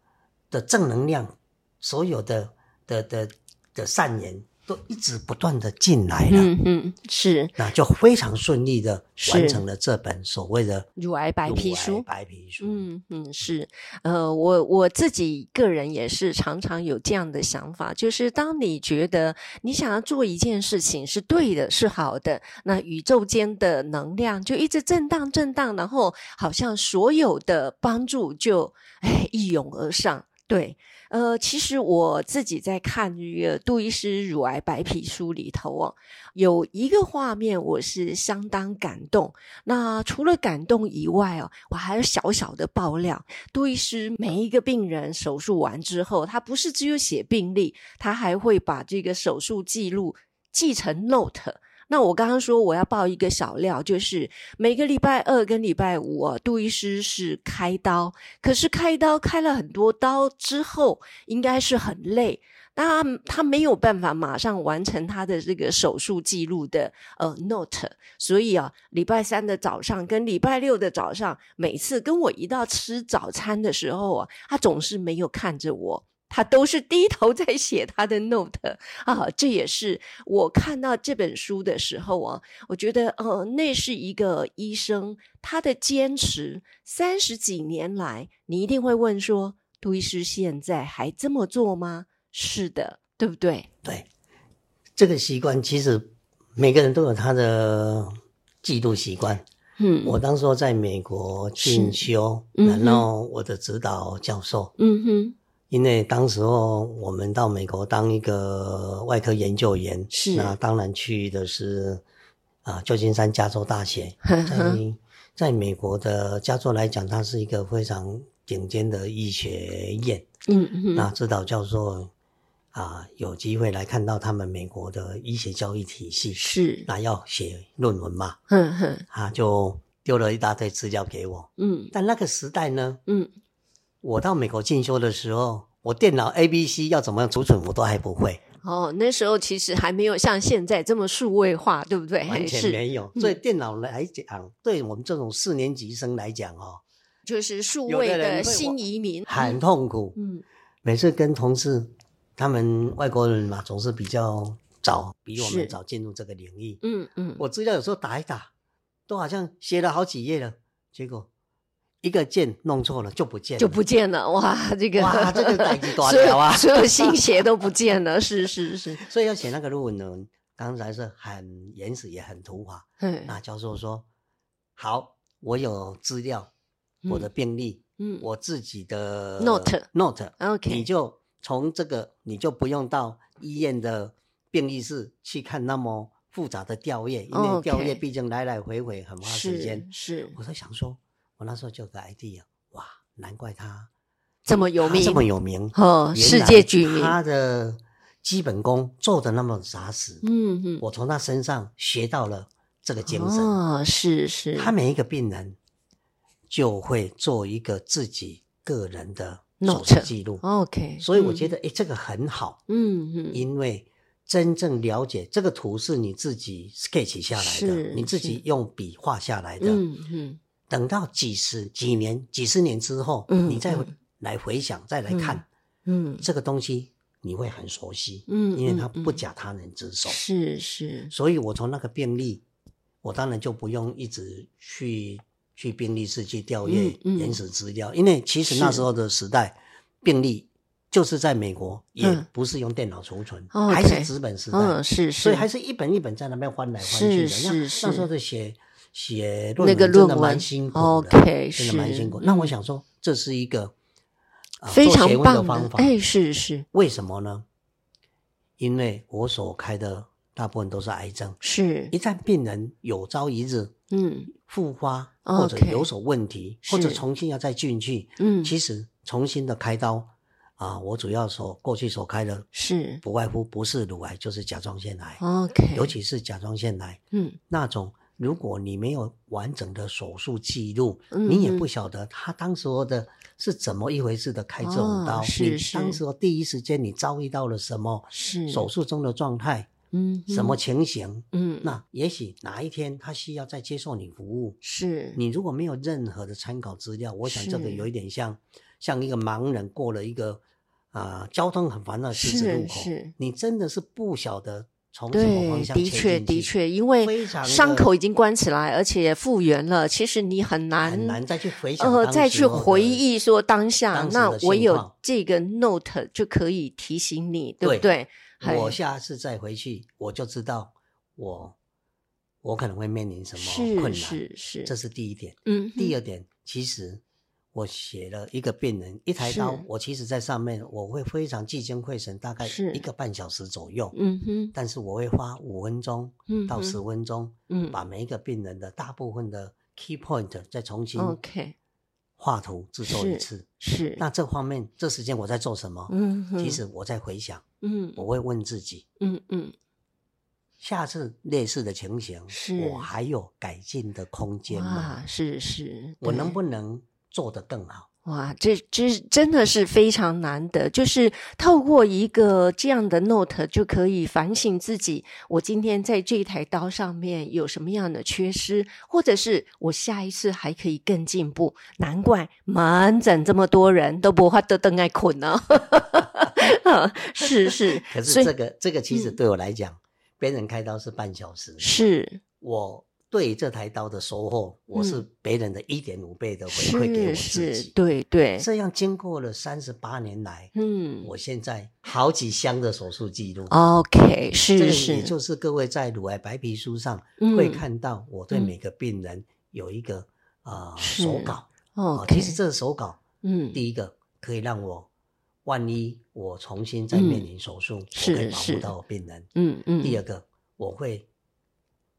[SPEAKER 2] 的正能量，所有的的的的善言，都一直不断的进来了，
[SPEAKER 1] 嗯嗯是
[SPEAKER 2] 那就非常顺利的
[SPEAKER 1] 是
[SPEAKER 2] 完成了这本所谓的
[SPEAKER 1] 乳癌白皮书
[SPEAKER 2] 乳癌白皮书，
[SPEAKER 1] 嗯嗯是，呃，我我自己个人也是常常有这样的想法，就是当你觉得你想要做一件事情是对的、是好的，那宇宙间的能量就一直震荡、震荡，然后好像所有的帮助就哎一涌而上。对，呃，其实我自己在看这个杜医师乳癌白皮书里头哦，有一个画面我是相当感动，那除了感动以外哦，我还有小小的爆料。杜医师每一个病人手术完之后，他不是只有写病历，他还会把这个手术记录记成 note。那我刚刚说我要爆一个小料，就是每个礼拜二跟礼拜五哦，杜医师是开刀，可是开刀开了很多刀之后，应该是很累。那他他没有办法马上完成他的这个手术记录的呃 note，所以啊，礼拜三的早上跟礼拜六的早上，每次跟我一道吃早餐的时候啊，他总是没有看着我。他都是低头在写他的 note 啊，这也是我看到这本书的时候啊，我觉得呃，那是一个医生他的坚持，三十几年来，你一定会问说，杜医师现在还这么做吗？是的，对不对？
[SPEAKER 2] 对，这个习惯其实每个人都有他的嫉妒习惯，
[SPEAKER 1] 嗯，
[SPEAKER 2] 我当时在美国进修，
[SPEAKER 1] 是嗯哼
[SPEAKER 2] 然后我的指导教授，
[SPEAKER 1] 嗯哼，
[SPEAKER 2] 因为当时候我们到美国当一个外科研究员，
[SPEAKER 1] 是
[SPEAKER 2] 那当然去的是啊、旧金山加州大学，
[SPEAKER 1] [LAUGHS] 呵
[SPEAKER 2] 在
[SPEAKER 1] 呵，
[SPEAKER 2] 在美国的加州来讲，它是一个非常顶尖的医学院。
[SPEAKER 1] 嗯嗯
[SPEAKER 2] 那指导教授啊、有机会来看到他们美国的医学教育体系，
[SPEAKER 1] 是，
[SPEAKER 2] 那要写论文嘛，
[SPEAKER 1] [LAUGHS] 哼哼，
[SPEAKER 2] 他就丢了一大堆资料给我。
[SPEAKER 1] 嗯
[SPEAKER 2] 但那个时代呢，
[SPEAKER 1] 嗯，
[SPEAKER 2] 我到美国进修的时候，我电脑 A、B、C 要怎么样储存我都还不会，
[SPEAKER 1] 哦，那时候其实还没有像现在这么数位化，对不对？
[SPEAKER 2] 完全
[SPEAKER 1] 是，
[SPEAKER 2] 没有。
[SPEAKER 1] 嗯
[SPEAKER 2] 所以电脑来讲，对我们这种四年级生来讲
[SPEAKER 1] 嗯
[SPEAKER 2] 哦，
[SPEAKER 1] 就是数
[SPEAKER 2] 有
[SPEAKER 1] 位
[SPEAKER 2] 的人
[SPEAKER 1] 的
[SPEAKER 2] 会
[SPEAKER 1] 新
[SPEAKER 2] 往
[SPEAKER 1] 移民，
[SPEAKER 2] 很痛苦。
[SPEAKER 1] 嗯
[SPEAKER 2] 每次跟同事，他们外国人嘛，总是比较早，比我
[SPEAKER 1] 是
[SPEAKER 2] 们早进入这个领域。
[SPEAKER 1] 嗯嗯，
[SPEAKER 2] 我资料有时候打一打，都好像写了好几页了，结果一个键弄错了就不见了，
[SPEAKER 1] 就不见了，哇，这个
[SPEAKER 2] 哇这个代志大
[SPEAKER 1] 所有
[SPEAKER 2] 条
[SPEAKER 1] [LAUGHS]
[SPEAKER 2] 啊
[SPEAKER 1] 所有
[SPEAKER 2] [LAUGHS]
[SPEAKER 1] 新鞋都不见了，是是是，
[SPEAKER 2] 所以要写那个论文，当然是很原始也很土法。
[SPEAKER 1] 嗯
[SPEAKER 2] 那教授说：“好，我有资料，我的病历，
[SPEAKER 1] 嗯，
[SPEAKER 2] 我自己的
[SPEAKER 1] Note
[SPEAKER 2] note，
[SPEAKER 1] OK
[SPEAKER 2] 你就从这个，你就不用到医院的病历室去看那么复杂的调阅，因为
[SPEAKER 1] 哦 OK
[SPEAKER 2] 调阅毕竟来来回回很花时间
[SPEAKER 1] 是。是
[SPEAKER 2] 我在想说，我那时候就有个 idea，哇，难怪他
[SPEAKER 1] 这么有
[SPEAKER 2] 他
[SPEAKER 1] 名
[SPEAKER 2] 这么有名，
[SPEAKER 1] 哦，
[SPEAKER 2] 原
[SPEAKER 1] 世
[SPEAKER 2] 来
[SPEAKER 1] 界居民，
[SPEAKER 2] 他的基本功做的那么扎实，
[SPEAKER 1] 嗯嗯，
[SPEAKER 2] 我从他身上学到了这个精神。
[SPEAKER 1] 哦，是是，
[SPEAKER 2] 他每一个病人就会做一个自己个人的手
[SPEAKER 1] Note
[SPEAKER 2] 术记录，
[SPEAKER 1] 哦 OK，嗯
[SPEAKER 2] 所以我觉
[SPEAKER 1] 得，
[SPEAKER 2] 得诶这个很好，
[SPEAKER 1] 嗯嗯，
[SPEAKER 2] 因为真正了解这个图是你自己 sketch 下来
[SPEAKER 1] 是
[SPEAKER 2] 的，你自己
[SPEAKER 1] 是
[SPEAKER 2] 用笔画下来的。
[SPEAKER 1] 嗯嗯，
[SPEAKER 2] 等到几十几年、几十年之后，
[SPEAKER 1] 嗯
[SPEAKER 2] 你再回
[SPEAKER 1] 嗯
[SPEAKER 2] 来回想，再来看、
[SPEAKER 1] 嗯
[SPEAKER 2] 这个东西，你会很熟悉，
[SPEAKER 1] 嗯
[SPEAKER 2] 因为它
[SPEAKER 1] 嗯
[SPEAKER 2] 不假他人之手。
[SPEAKER 1] 是是，
[SPEAKER 2] 所以我从那个病例，我当然就不用一直去去病历室去调阅
[SPEAKER 1] 嗯嗯
[SPEAKER 2] 原始资料，因为其实那
[SPEAKER 1] 是
[SPEAKER 2] 时候的时代，病历就是在美国，也
[SPEAKER 1] 嗯
[SPEAKER 2] 不是用电脑储存，
[SPEAKER 1] 哦
[SPEAKER 2] 还是
[SPEAKER 1] OK
[SPEAKER 2] 纸本时代，
[SPEAKER 1] 嗯是是，
[SPEAKER 2] 所以还是一本一本在那边翻来翻去的。
[SPEAKER 1] 是
[SPEAKER 2] 那
[SPEAKER 1] 是
[SPEAKER 2] 那
[SPEAKER 1] 是
[SPEAKER 2] 时候的写写论
[SPEAKER 1] 那个
[SPEAKER 2] 真
[SPEAKER 1] 论
[SPEAKER 2] 的
[SPEAKER 1] 文
[SPEAKER 2] 蛮辛苦的
[SPEAKER 1] OK
[SPEAKER 2] 真的蛮
[SPEAKER 1] 是
[SPEAKER 2] 辛苦。那我想说，这是一个、呃
[SPEAKER 1] 非
[SPEAKER 2] 做
[SPEAKER 1] 常
[SPEAKER 2] 学问
[SPEAKER 1] 棒
[SPEAKER 2] 的方法，
[SPEAKER 1] 哎是是
[SPEAKER 2] 为什么呢？因为我所开的大部分都是癌症，
[SPEAKER 1] 是
[SPEAKER 2] 一，旦病人有朝一日
[SPEAKER 1] 嗯
[SPEAKER 2] 复发
[SPEAKER 1] 哦
[SPEAKER 2] 或者
[SPEAKER 1] OK
[SPEAKER 2] 有所问题，或者
[SPEAKER 1] 是
[SPEAKER 2] 重新要再进去，
[SPEAKER 1] 嗯
[SPEAKER 2] 其实重新的开刀啊，我主要所过去所开的
[SPEAKER 1] 是
[SPEAKER 2] 不外乎不是乳癌就是甲状腺癌，
[SPEAKER 1] OK，
[SPEAKER 2] 尤其是甲状腺癌
[SPEAKER 1] 嗯
[SPEAKER 2] 那种，如果你没有完整的手术记录，
[SPEAKER 1] 嗯
[SPEAKER 2] 你也
[SPEAKER 1] 嗯
[SPEAKER 2] 不晓得他当时候的是怎么一回事的开这
[SPEAKER 1] 哦
[SPEAKER 2] 种刀，
[SPEAKER 1] 是是
[SPEAKER 2] 你当时候第一时间你遭遇到了什么
[SPEAKER 1] 是
[SPEAKER 2] 手术中的状态，
[SPEAKER 1] 嗯
[SPEAKER 2] 什么
[SPEAKER 1] 哼
[SPEAKER 2] 情形？
[SPEAKER 1] 嗯
[SPEAKER 2] 那也许哪一天他需要再接受你服务，
[SPEAKER 1] 是
[SPEAKER 2] 你如果没有任何的参考资料，我想这个
[SPEAKER 1] 嗯是
[SPEAKER 2] 有一点像像一个盲人过了一个啊、交通很繁乱的十字
[SPEAKER 1] 是
[SPEAKER 2] 路口
[SPEAKER 1] 是，
[SPEAKER 2] 你真的是不晓得从什么
[SPEAKER 1] 对
[SPEAKER 2] 方，向
[SPEAKER 1] 的
[SPEAKER 2] 前
[SPEAKER 1] 确
[SPEAKER 2] 进
[SPEAKER 1] 的
[SPEAKER 2] 去
[SPEAKER 1] 确，因为
[SPEAKER 2] 非常
[SPEAKER 1] 伤
[SPEAKER 2] 的
[SPEAKER 1] 口已经关起来，而且复原了，其实你很
[SPEAKER 2] 很难
[SPEAKER 1] 难
[SPEAKER 2] 再去回想，
[SPEAKER 1] 呃再去回忆说当下
[SPEAKER 2] 当。时
[SPEAKER 1] 那
[SPEAKER 2] 的
[SPEAKER 1] 我
[SPEAKER 2] 现
[SPEAKER 1] 有
[SPEAKER 2] 况
[SPEAKER 1] 这个 note 就可以提醒你，对不对哎
[SPEAKER 2] 对？
[SPEAKER 1] 嘿
[SPEAKER 2] 我下次再回去，我就知道我我可能会面临什么困
[SPEAKER 1] 是
[SPEAKER 2] 难。
[SPEAKER 1] 是是，
[SPEAKER 2] 这是第一点。
[SPEAKER 1] 嗯哼
[SPEAKER 2] 第二点，其实我写了一个病人一台刀
[SPEAKER 1] 是，
[SPEAKER 2] 我其实在上面我会非常聚精会神，大概
[SPEAKER 1] 是
[SPEAKER 2] 一个半小时左右。
[SPEAKER 1] 嗯哼
[SPEAKER 2] 但是我会花五分钟
[SPEAKER 1] 嗯
[SPEAKER 2] 到
[SPEAKER 1] 哼
[SPEAKER 2] 十分钟，
[SPEAKER 1] 嗯
[SPEAKER 2] 把每一个病人的大部分的 key point 再重新
[SPEAKER 1] 哦 OK
[SPEAKER 2] 画图制作一
[SPEAKER 1] 是
[SPEAKER 2] 次。
[SPEAKER 1] 是
[SPEAKER 2] 那这方面，这时间我在做什么？
[SPEAKER 1] 嗯哼
[SPEAKER 2] 其实我在回想，
[SPEAKER 1] 嗯
[SPEAKER 2] 我会问自己，
[SPEAKER 1] 嗯嗯
[SPEAKER 2] 下次类似的情形
[SPEAKER 1] 是，
[SPEAKER 2] 我还有改进的空间吗？
[SPEAKER 1] 哇是是，
[SPEAKER 2] 我能
[SPEAKER 1] 对
[SPEAKER 2] 不能做得更好？
[SPEAKER 1] 哇，这这真的是非常难得，就是透过一个这样的 note 就可以反省自己，我今天在这台刀上面有什么样的缺失，或者是我下一次还可以更进步。难怪门诊这么多人都不怕得灯爱困呢， [LAUGHS] 嗯是是，
[SPEAKER 2] 可
[SPEAKER 1] 所
[SPEAKER 2] 是
[SPEAKER 1] 以
[SPEAKER 2] 这个这个其实
[SPEAKER 1] 嗯
[SPEAKER 2] 对我来讲，别人开刀是半小时，
[SPEAKER 1] 是
[SPEAKER 2] 我对这台刀的收获，我是别人的一点五倍的回馈给我
[SPEAKER 1] 嗯是
[SPEAKER 2] 自
[SPEAKER 1] 是，
[SPEAKER 2] 己。
[SPEAKER 1] 对对，
[SPEAKER 2] 这样经过了三十八年来，
[SPEAKER 1] 嗯
[SPEAKER 2] 我现在好几箱的手术记录。
[SPEAKER 1] ，OK，
[SPEAKER 2] 这
[SPEAKER 1] 是
[SPEAKER 2] 个
[SPEAKER 1] 是
[SPEAKER 2] 也，就是各位在乳癌白皮书上
[SPEAKER 1] 嗯
[SPEAKER 2] 会看到，我对
[SPEAKER 1] 嗯
[SPEAKER 2] 每个病人有一个啊
[SPEAKER 1] 是
[SPEAKER 2] 手稿。哦，
[SPEAKER 1] OK，
[SPEAKER 2] 其实这个手稿，
[SPEAKER 1] 嗯
[SPEAKER 2] 第一个可以让我，万一我重新再面临手术，我可
[SPEAKER 1] 嗯是
[SPEAKER 2] 以保
[SPEAKER 1] 是
[SPEAKER 2] 护到病人。
[SPEAKER 1] 嗯嗯，
[SPEAKER 2] 第二个，我会，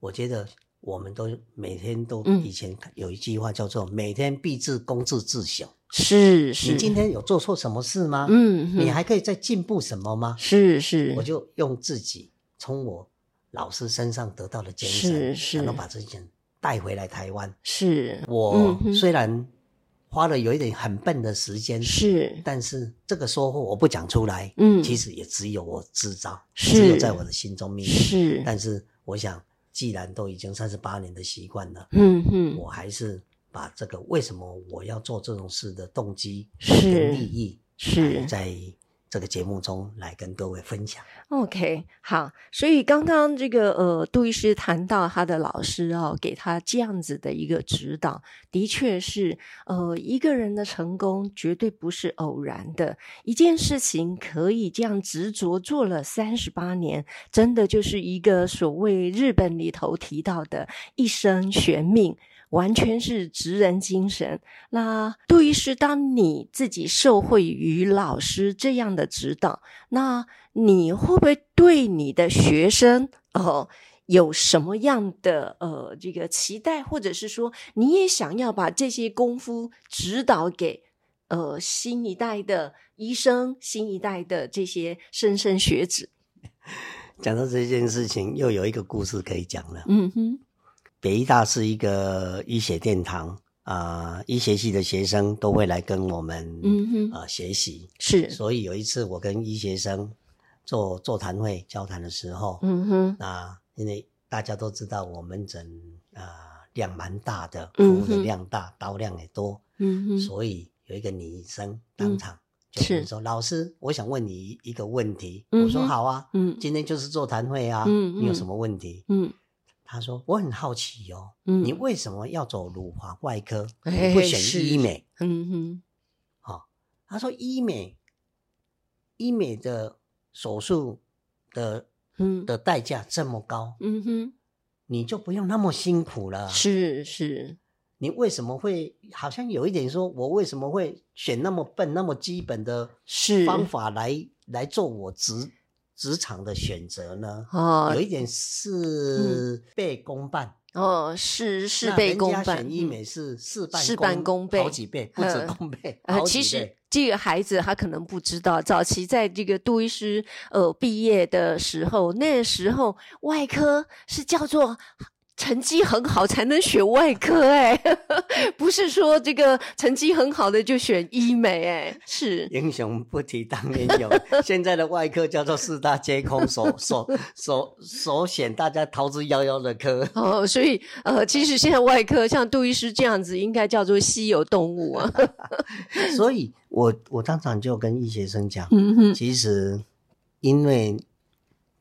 [SPEAKER 2] 我觉得我们都每天都，
[SPEAKER 1] 嗯
[SPEAKER 2] 以前有一句话叫做“每天必自公自自省”。
[SPEAKER 1] 是是，
[SPEAKER 2] 你今天有做错什么事吗？
[SPEAKER 1] 嗯，
[SPEAKER 2] 你
[SPEAKER 1] 哼
[SPEAKER 2] 还可以再进步什么吗？
[SPEAKER 1] 是是，
[SPEAKER 2] 我就用自己从我老师身上得到的精
[SPEAKER 1] 是
[SPEAKER 2] 神，
[SPEAKER 1] 是
[SPEAKER 2] 然后把这些带回来台湾。
[SPEAKER 1] 是
[SPEAKER 2] 我
[SPEAKER 1] 嗯哼
[SPEAKER 2] 虽然花了有一点很笨的时间，
[SPEAKER 1] 是
[SPEAKER 2] 但是这个收获我不讲出来，
[SPEAKER 1] 嗯
[SPEAKER 2] 其实也只有我知道，
[SPEAKER 1] 是
[SPEAKER 2] 只有在我的心中秘密。
[SPEAKER 1] 是，
[SPEAKER 2] 但是我想，既然都已经三十八年的习惯了，
[SPEAKER 1] 嗯哼
[SPEAKER 2] 我还是把这个为什么我要做这种事的动机
[SPEAKER 1] 是
[SPEAKER 2] 跟利益，
[SPEAKER 1] 是
[SPEAKER 2] 在这个节目中来跟各位分享。
[SPEAKER 1] ，OK，好，所以刚刚这个呃，杜医师谈到他的老师哦，给他这样子的一个指导，的确是呃，一个人的成功绝对不是偶然的，一件事情可以这样执着做了三十八年，真的就是一个所谓日本里头提到的一生悬命，完全是职人精神。那杜医师，当你自己受惠于老师这样的指导，那你会不会对你的学生哦？有什么样的呃这个期待，或者是说你也想要把这些功夫指导给呃新一代的医生、新一代的这些莘莘学子？
[SPEAKER 2] 讲到这件事情，又有一个故事可以讲了。
[SPEAKER 1] 嗯哼，
[SPEAKER 2] 北医大是一个医学殿堂啊、医学系的学生都会来跟我们
[SPEAKER 1] 嗯哼，
[SPEAKER 2] 呃学习。
[SPEAKER 1] 是，
[SPEAKER 2] 所以有一次我跟医学生做座谈会交谈的时候，
[SPEAKER 1] 嗯哼，
[SPEAKER 2] 那因为大家都知道我门诊啊、量蛮大的，服
[SPEAKER 1] 嗯
[SPEAKER 2] 务的
[SPEAKER 1] 哼
[SPEAKER 2] 量大，刀量也多，
[SPEAKER 1] 嗯哼，
[SPEAKER 2] 所以有一个女生当
[SPEAKER 1] 嗯
[SPEAKER 2] 场就是问说：“老师，我想问你一个问题。我
[SPEAKER 1] 嗯
[SPEAKER 2] 说：“
[SPEAKER 1] 哼
[SPEAKER 2] 好啊，
[SPEAKER 1] 嗯
[SPEAKER 2] 今天就是座谈会啊，
[SPEAKER 1] 嗯
[SPEAKER 2] 你有
[SPEAKER 1] 嗯
[SPEAKER 2] 什么问题？”
[SPEAKER 1] 嗯
[SPEAKER 2] 他说：“我很好奇哦，
[SPEAKER 1] 嗯，
[SPEAKER 2] 你为什么要走乳房外科，
[SPEAKER 1] 哎
[SPEAKER 2] 你不
[SPEAKER 1] 是
[SPEAKER 2] 选医美
[SPEAKER 1] 嗯哼，？”
[SPEAKER 2] 他说：“医美，医美的手术的
[SPEAKER 1] 嗯
[SPEAKER 2] 的代价这么高，
[SPEAKER 1] 嗯哼，啊
[SPEAKER 2] 你就不用那么辛苦了。
[SPEAKER 1] 是是，
[SPEAKER 2] 你为什么会好像有一点说，我为什么会选那么笨、那么基本的
[SPEAKER 1] 是
[SPEAKER 2] 方法来来做我职职场的选择呢？
[SPEAKER 1] 哦
[SPEAKER 2] 有一点是被公办，
[SPEAKER 1] 哦，事嗯事
[SPEAKER 2] 那
[SPEAKER 1] 倍
[SPEAKER 2] 人
[SPEAKER 1] 功
[SPEAKER 2] 家
[SPEAKER 1] 半。
[SPEAKER 2] 选医
[SPEAKER 1] 嗯
[SPEAKER 2] 美是事半
[SPEAKER 1] 事半功倍
[SPEAKER 2] 好几倍，不止
[SPEAKER 1] 呃
[SPEAKER 2] 功倍，
[SPEAKER 1] 呃，
[SPEAKER 2] 好几
[SPEAKER 1] 其实
[SPEAKER 2] 倍。
[SPEAKER 1] 这个孩子他可能不知道，早期在这个杜医师呃毕业的时候，那时候外科是叫做。成绩很好才能选外科、哎， [LAUGHS] 不是说这个成绩很好的就选医美、哎，是
[SPEAKER 2] 英雄不提当年
[SPEAKER 1] [LAUGHS]
[SPEAKER 2] 勇，现在的外科叫做四大皆空，首首首首选大家逃之夭夭的科。
[SPEAKER 1] 哦，所以呃，其实现在外科像杜医师这样子，应该叫做稀有动物
[SPEAKER 2] [LAUGHS]
[SPEAKER 1] 啊，
[SPEAKER 2] 所以我我当场就跟医学生讲，
[SPEAKER 1] 嗯哼，
[SPEAKER 2] 其实因为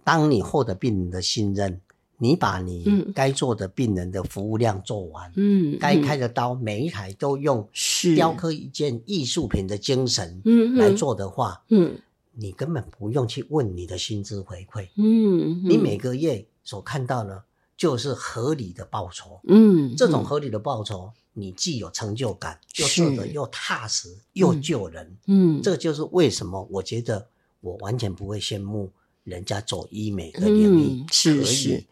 [SPEAKER 2] 当你获得病人的信任，你把你
[SPEAKER 1] 嗯
[SPEAKER 2] 该做的病人的服务量做完，
[SPEAKER 1] 嗯，
[SPEAKER 2] 该
[SPEAKER 1] 嗯
[SPEAKER 2] 开的刀每一台都用
[SPEAKER 1] 是
[SPEAKER 2] 雕，刻一件艺术品的精神
[SPEAKER 1] 嗯
[SPEAKER 2] 来
[SPEAKER 1] 哼，
[SPEAKER 2] 做的话，
[SPEAKER 1] 嗯
[SPEAKER 2] 你根本不用去问你的薪资回馈，
[SPEAKER 1] 嗯，
[SPEAKER 2] 你每个月所看到的就是合理的报酬。
[SPEAKER 1] 嗯
[SPEAKER 2] 这种
[SPEAKER 1] 嗯
[SPEAKER 2] 合理的报酬，你既有成就感，又
[SPEAKER 1] 是
[SPEAKER 2] 做得又踏实，又
[SPEAKER 1] 嗯
[SPEAKER 2] 救人。
[SPEAKER 1] 嗯
[SPEAKER 2] 这就是为什么我觉得我完全不会羡慕人家走医美的领域，
[SPEAKER 1] 嗯是
[SPEAKER 2] 可以
[SPEAKER 1] 是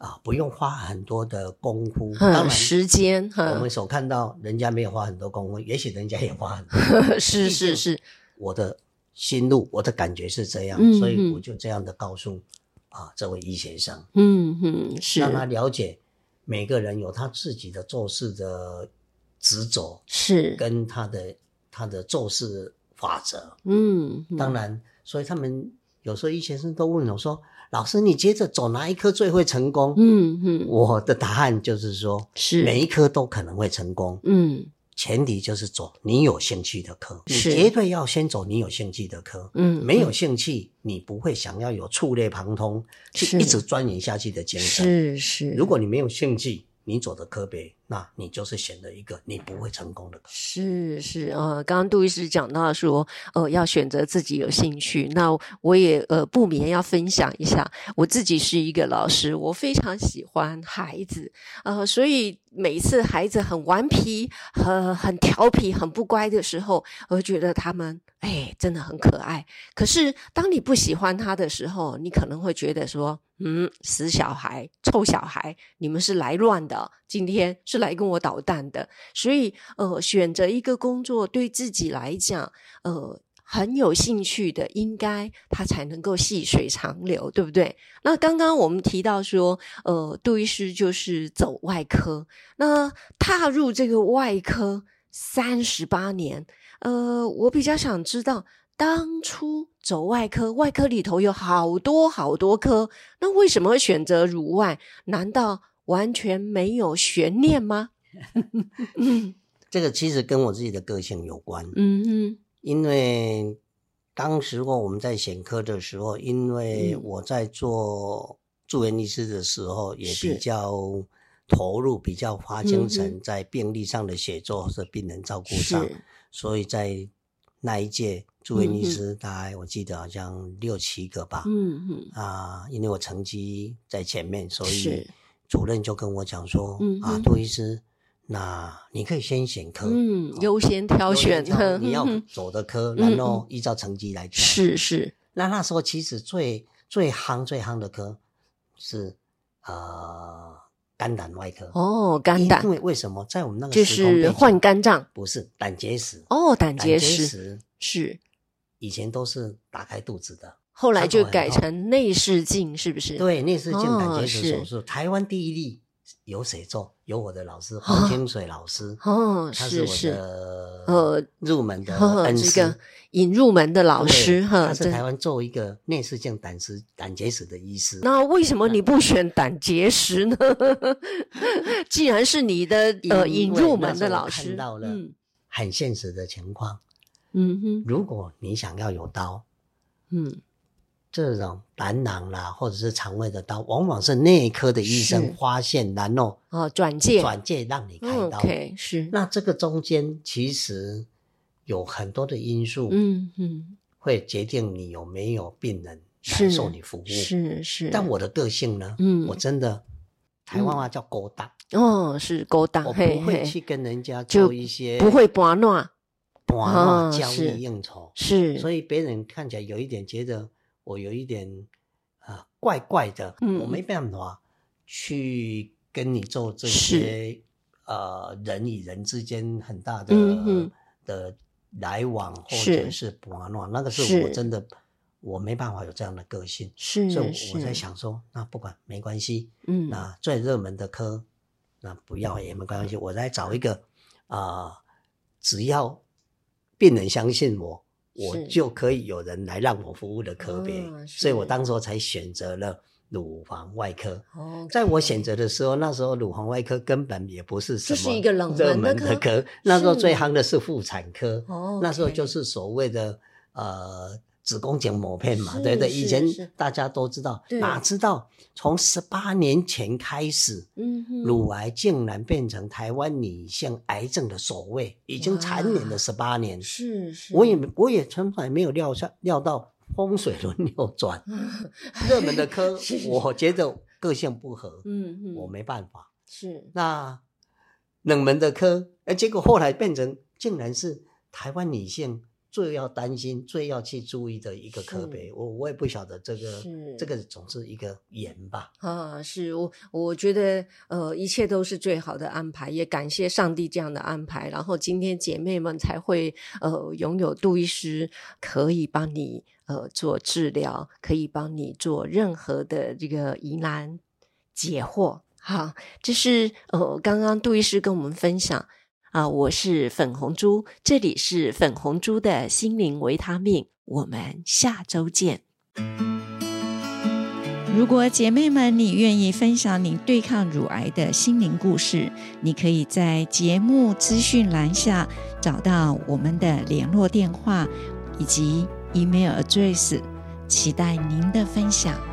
[SPEAKER 2] 啊，不用花很多的功夫。当
[SPEAKER 1] 嗯，
[SPEAKER 2] 然，
[SPEAKER 1] 时间
[SPEAKER 2] 我
[SPEAKER 1] 哈
[SPEAKER 2] 们，所看到人家没有花很多功夫，也许人家也花很多。
[SPEAKER 1] 是
[SPEAKER 2] 毕
[SPEAKER 1] 是
[SPEAKER 2] 竟
[SPEAKER 1] 是，
[SPEAKER 2] 我的心路，我的感觉是这样，
[SPEAKER 1] 嗯
[SPEAKER 2] 所以
[SPEAKER 1] 嗯
[SPEAKER 2] 我就这样的告诉啊这位医学生，
[SPEAKER 1] 嗯嗯是
[SPEAKER 2] 让他了解每个人有他自己的做事的执着
[SPEAKER 1] 是，
[SPEAKER 2] 跟他的他的做事法则。
[SPEAKER 1] 嗯，嗯
[SPEAKER 2] 当然，所以他们有时候医学生都问我说：“老师，你接着走哪一科最会成功？”
[SPEAKER 1] 嗯嗯
[SPEAKER 2] 我的答案就是说，
[SPEAKER 1] 是
[SPEAKER 2] 每一科都可能会成功，
[SPEAKER 1] 嗯
[SPEAKER 2] 前提就是走你有兴趣的科，你
[SPEAKER 1] 是
[SPEAKER 2] 绝对要先走你有兴趣的科。
[SPEAKER 1] 嗯
[SPEAKER 2] 没有
[SPEAKER 1] 嗯
[SPEAKER 2] 兴趣，你不会想要有触类旁通，
[SPEAKER 1] 是
[SPEAKER 2] 去一直钻研下去的精神。
[SPEAKER 1] 是是，
[SPEAKER 2] 如果你没有兴趣，你走的科别，那你就是选了一个你不会成功的科。
[SPEAKER 1] 是是呃，刚刚杜医师讲到说，呃，要选择自己有兴趣。那我也呃不免要分享一下，我自己是一个老师，我非常喜欢孩子，呃，所以每一次孩子很顽皮、很很调皮、很不乖的时候，我会觉得他们哎真的很可爱。可是当你不喜欢他的时候，你可能会觉得说，嗯，死小孩、臭小孩，你们是来乱的，今天是来跟我捣蛋的。所以呃，选择一个工作对自己来讲，呃。很有兴趣的，应该他才能够细水长流，对不对？那刚刚我们提到说，呃，杜医师就是走外科，那踏入这个外科三十八年，呃，我比较想知道，当初走外科，外科里头有好多好多科，那为什么会选择乳外？难道完全没有悬念
[SPEAKER 2] [LAUGHS]
[SPEAKER 1] 吗？嗯
[SPEAKER 2] 这个其实跟我自己的个性有关。
[SPEAKER 1] 嗯嗯
[SPEAKER 2] 因为当时候我们在选科的时候，因为
[SPEAKER 1] 嗯
[SPEAKER 2] 我在做住院医师的时候，也
[SPEAKER 1] 是
[SPEAKER 2] 比较投入，比较花精
[SPEAKER 1] 嗯
[SPEAKER 2] 神在病历上的写作或者病人照顾上，
[SPEAKER 1] 是
[SPEAKER 2] 所以在那一届住院
[SPEAKER 1] 嗯
[SPEAKER 2] 医
[SPEAKER 1] 哼
[SPEAKER 2] 师，大概我记得好像六七个吧。
[SPEAKER 1] 嗯嗯
[SPEAKER 2] 啊，因为我成绩在前面，所以
[SPEAKER 1] 是
[SPEAKER 2] 主任就跟我讲说
[SPEAKER 1] 嗯：“
[SPEAKER 2] 啊
[SPEAKER 1] 哼，
[SPEAKER 2] 杜医师，那你可以先选科，
[SPEAKER 1] 嗯优先挑
[SPEAKER 2] 呃优
[SPEAKER 1] 选
[SPEAKER 2] 先
[SPEAKER 1] 呵
[SPEAKER 2] 挑你要
[SPEAKER 1] 呵呵
[SPEAKER 2] 走的科，
[SPEAKER 1] 嗯
[SPEAKER 2] 然后依照成绩来挑。
[SPEAKER 1] 是是
[SPEAKER 2] 那那时候其实最最夯最夯的科是呃肝胆外科，
[SPEAKER 1] 哦，肝胆
[SPEAKER 2] 因为为什么在我们那个
[SPEAKER 1] 就
[SPEAKER 2] 时空背
[SPEAKER 1] 是
[SPEAKER 2] 景
[SPEAKER 1] 换肝脏
[SPEAKER 2] 不是胆结石，
[SPEAKER 1] 哦，胆
[SPEAKER 2] 胆
[SPEAKER 1] 结
[SPEAKER 2] 结
[SPEAKER 1] 石
[SPEAKER 2] 石
[SPEAKER 1] 是，
[SPEAKER 2] 以前都是打开肚子的，
[SPEAKER 1] 后来
[SPEAKER 2] 伤
[SPEAKER 1] 就
[SPEAKER 2] 口很
[SPEAKER 1] 改
[SPEAKER 2] 痛
[SPEAKER 1] 成内视镜，是不是？
[SPEAKER 2] 哦对，内视镜胆
[SPEAKER 1] 哦
[SPEAKER 2] 结石手
[SPEAKER 1] 是
[SPEAKER 2] 术，台湾第一例有谁中？有我的老师黄金水老师，
[SPEAKER 1] 哦，
[SPEAKER 2] 他
[SPEAKER 1] 是
[SPEAKER 2] 我
[SPEAKER 1] 是，
[SPEAKER 2] 的
[SPEAKER 1] 呃
[SPEAKER 2] 入门的
[SPEAKER 1] [LAUGHS] 呵呵，
[SPEAKER 2] 恩
[SPEAKER 1] 这
[SPEAKER 2] 师，
[SPEAKER 1] 个引入门的老
[SPEAKER 2] 对
[SPEAKER 1] 师哈
[SPEAKER 2] 他，是
[SPEAKER 1] 对
[SPEAKER 2] 台湾作为一个内视镜胆石胆结石的医师。
[SPEAKER 1] 那为什么你不选胆结石呢？ [LAUGHS] 既然是你的呃引
[SPEAKER 2] 因为
[SPEAKER 1] 入
[SPEAKER 2] 那
[SPEAKER 1] 门
[SPEAKER 2] 时
[SPEAKER 1] 的
[SPEAKER 2] 候我
[SPEAKER 1] 老师，
[SPEAKER 2] 看到了
[SPEAKER 1] 嗯
[SPEAKER 2] 很现实的情况，
[SPEAKER 1] 嗯哼
[SPEAKER 2] 如果你想要有刀，
[SPEAKER 1] 嗯，
[SPEAKER 2] 这种胆囊啦或者是肠胃的刀，往往是内科的医
[SPEAKER 1] 是
[SPEAKER 2] 生发现，然后
[SPEAKER 1] 哦，转介
[SPEAKER 2] 转介让你开刀。
[SPEAKER 1] ，OK，是，
[SPEAKER 2] 那这个中间其实有很多的因素
[SPEAKER 1] 嗯嗯，
[SPEAKER 2] 会决定你有没有病人来
[SPEAKER 1] 是
[SPEAKER 2] 受你服务。
[SPEAKER 1] 是是，
[SPEAKER 2] 但我的个性呢，
[SPEAKER 1] 嗯
[SPEAKER 2] 我真的台湾话叫勾搭，
[SPEAKER 1] 哦是勾搭，
[SPEAKER 2] 我
[SPEAKER 1] 嘿
[SPEAKER 2] 不会去
[SPEAKER 1] 嘿，
[SPEAKER 2] 跟人家
[SPEAKER 1] 就
[SPEAKER 2] 做一些
[SPEAKER 1] 不会拔乱，
[SPEAKER 2] 玩
[SPEAKER 1] 啊
[SPEAKER 2] 闹交
[SPEAKER 1] 是
[SPEAKER 2] 易应酬，
[SPEAKER 1] 是，
[SPEAKER 2] 所以别人看起来有一点觉得我有一点啊、呃怪怪的，
[SPEAKER 1] 嗯
[SPEAKER 2] 我没办法去跟你做这些呃人与人之间很大的、
[SPEAKER 1] 嗯哼
[SPEAKER 2] 的来往或
[SPEAKER 1] 是
[SPEAKER 2] 者是玩闹，那个
[SPEAKER 1] 是
[SPEAKER 2] 是我真的我没办法有这样的个性，
[SPEAKER 1] 是
[SPEAKER 2] 所以
[SPEAKER 1] 是，
[SPEAKER 2] 我我在，想说，那不管没关系，
[SPEAKER 1] 嗯
[SPEAKER 2] 那最热门的科，那不要也没关系，我再找一个啊、呃只要病人相信我，我
[SPEAKER 1] 是
[SPEAKER 2] 就可以有人来让我服务的科别，
[SPEAKER 1] 啊
[SPEAKER 2] 所以我
[SPEAKER 1] 是
[SPEAKER 2] 当时候才选择了乳房外科。
[SPEAKER 1] 哦，
[SPEAKER 2] 在我选择的时候，那时候乳房外科根本也不是什
[SPEAKER 1] 这
[SPEAKER 2] 么
[SPEAKER 1] 是一嗯个冷
[SPEAKER 2] 热
[SPEAKER 1] 门
[SPEAKER 2] 门
[SPEAKER 1] 的
[SPEAKER 2] 的
[SPEAKER 1] 科
[SPEAKER 2] 科，那时候
[SPEAKER 1] 是
[SPEAKER 2] 最夯的是妇产科，
[SPEAKER 1] 哦
[SPEAKER 2] 那时候
[SPEAKER 1] OK
[SPEAKER 2] 就是所谓的呃子宫颈抹片嘛，
[SPEAKER 1] 是
[SPEAKER 2] 对不对？
[SPEAKER 1] 是
[SPEAKER 2] 以前
[SPEAKER 1] 是
[SPEAKER 2] 大家都知道
[SPEAKER 1] 对，
[SPEAKER 2] 哪知道从十八年前开始，
[SPEAKER 1] 嗯哼
[SPEAKER 2] 乳癌竟然变成台湾女性癌症的首位，已经蝉联了十八年。
[SPEAKER 1] 是是，
[SPEAKER 2] 我也没我也从来没有料下料到风水轮 [LAUGHS] 流
[SPEAKER 1] [LAUGHS]
[SPEAKER 2] 转，热门的科
[SPEAKER 1] 是是，
[SPEAKER 2] 我觉得个性不合，
[SPEAKER 1] 嗯嗯，
[SPEAKER 2] 我没办法。
[SPEAKER 1] 是
[SPEAKER 2] 那冷门的科，哎，结果后来变成竟然是台湾女性最要担心、最要去注意的一个科别。我我也不晓得这个
[SPEAKER 1] 是
[SPEAKER 2] 这个总是一个缘吧。
[SPEAKER 1] 啊，是我我觉得呃，一切都是最好的安排，也感谢上帝这样的安排。然后今天姐妹们才会呃拥有杜医师可以帮你呃做治疗，可以帮你做任何的这个疑难解惑。好，这是呃刚刚杜医师跟我们分享。啊，我是粉红猪，这里是粉红猪的心灵维他命，我们下周见。
[SPEAKER 3] 如果姐妹们你愿意分享你对抗乳癌的心灵故事，你可以在节目资讯栏下找到我们的联络电话以及 email address，期待您的分享。